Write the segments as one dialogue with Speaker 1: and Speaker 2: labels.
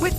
Speaker 1: With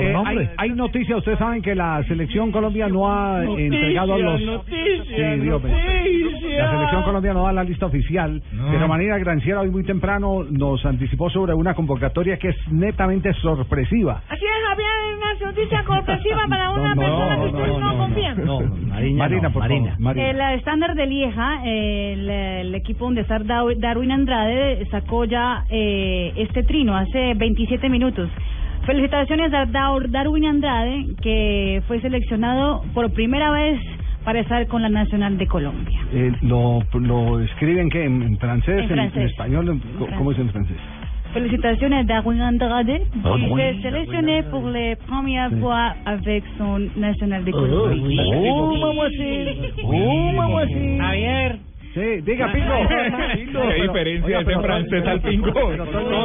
Speaker 2: Eh,
Speaker 3: nombre.
Speaker 2: hay, hay noticias, ustedes saben que la selección Colombia no ha entregado los...
Speaker 3: noticias,
Speaker 2: Sí, Dios mío.
Speaker 3: noticias.
Speaker 2: La selección Colombia no da la lista oficial, pero Marina Granciera hoy muy temprano nos anticipó sobre una convocatoria que es netamente sorpresiva.
Speaker 3: Así es, Javier, una noticia comprensiva para una
Speaker 2: No, no,
Speaker 3: persona que
Speaker 2: no,
Speaker 3: ustedes no,
Speaker 2: no, no,
Speaker 3: confían.
Speaker 2: Marina, por favor. Marina.
Speaker 4: El estándar de Lieja, eh, el, el equipo donde está Dar- Darwin Andrade, sacó ya eh, este trino hace 27 minutos. Felicitaciones a Dar- Darwin Andrade, que fue seleccionado por primera vez para estar con la Nacional de Colombia.
Speaker 2: Eh, lo, lo escriben que en, en francés,
Speaker 4: En
Speaker 2: en,
Speaker 4: francés.
Speaker 2: en español, en-
Speaker 4: En
Speaker 2: co-
Speaker 4: francés.
Speaker 2: ¿cómo es en francés?
Speaker 4: Felicitaciones a Darwin Andrade,
Speaker 2: Darwin,
Speaker 4: qui se seleccioné pour la première
Speaker 2: Sí.
Speaker 4: fois avec son Nacional de Colombia.
Speaker 2: Oh, mamuacil. Oh, mamuacil.
Speaker 3: Javier.
Speaker 2: Sí, diga, Pingo.
Speaker 3: Qué
Speaker 2: diferencia ese francés al Pingo.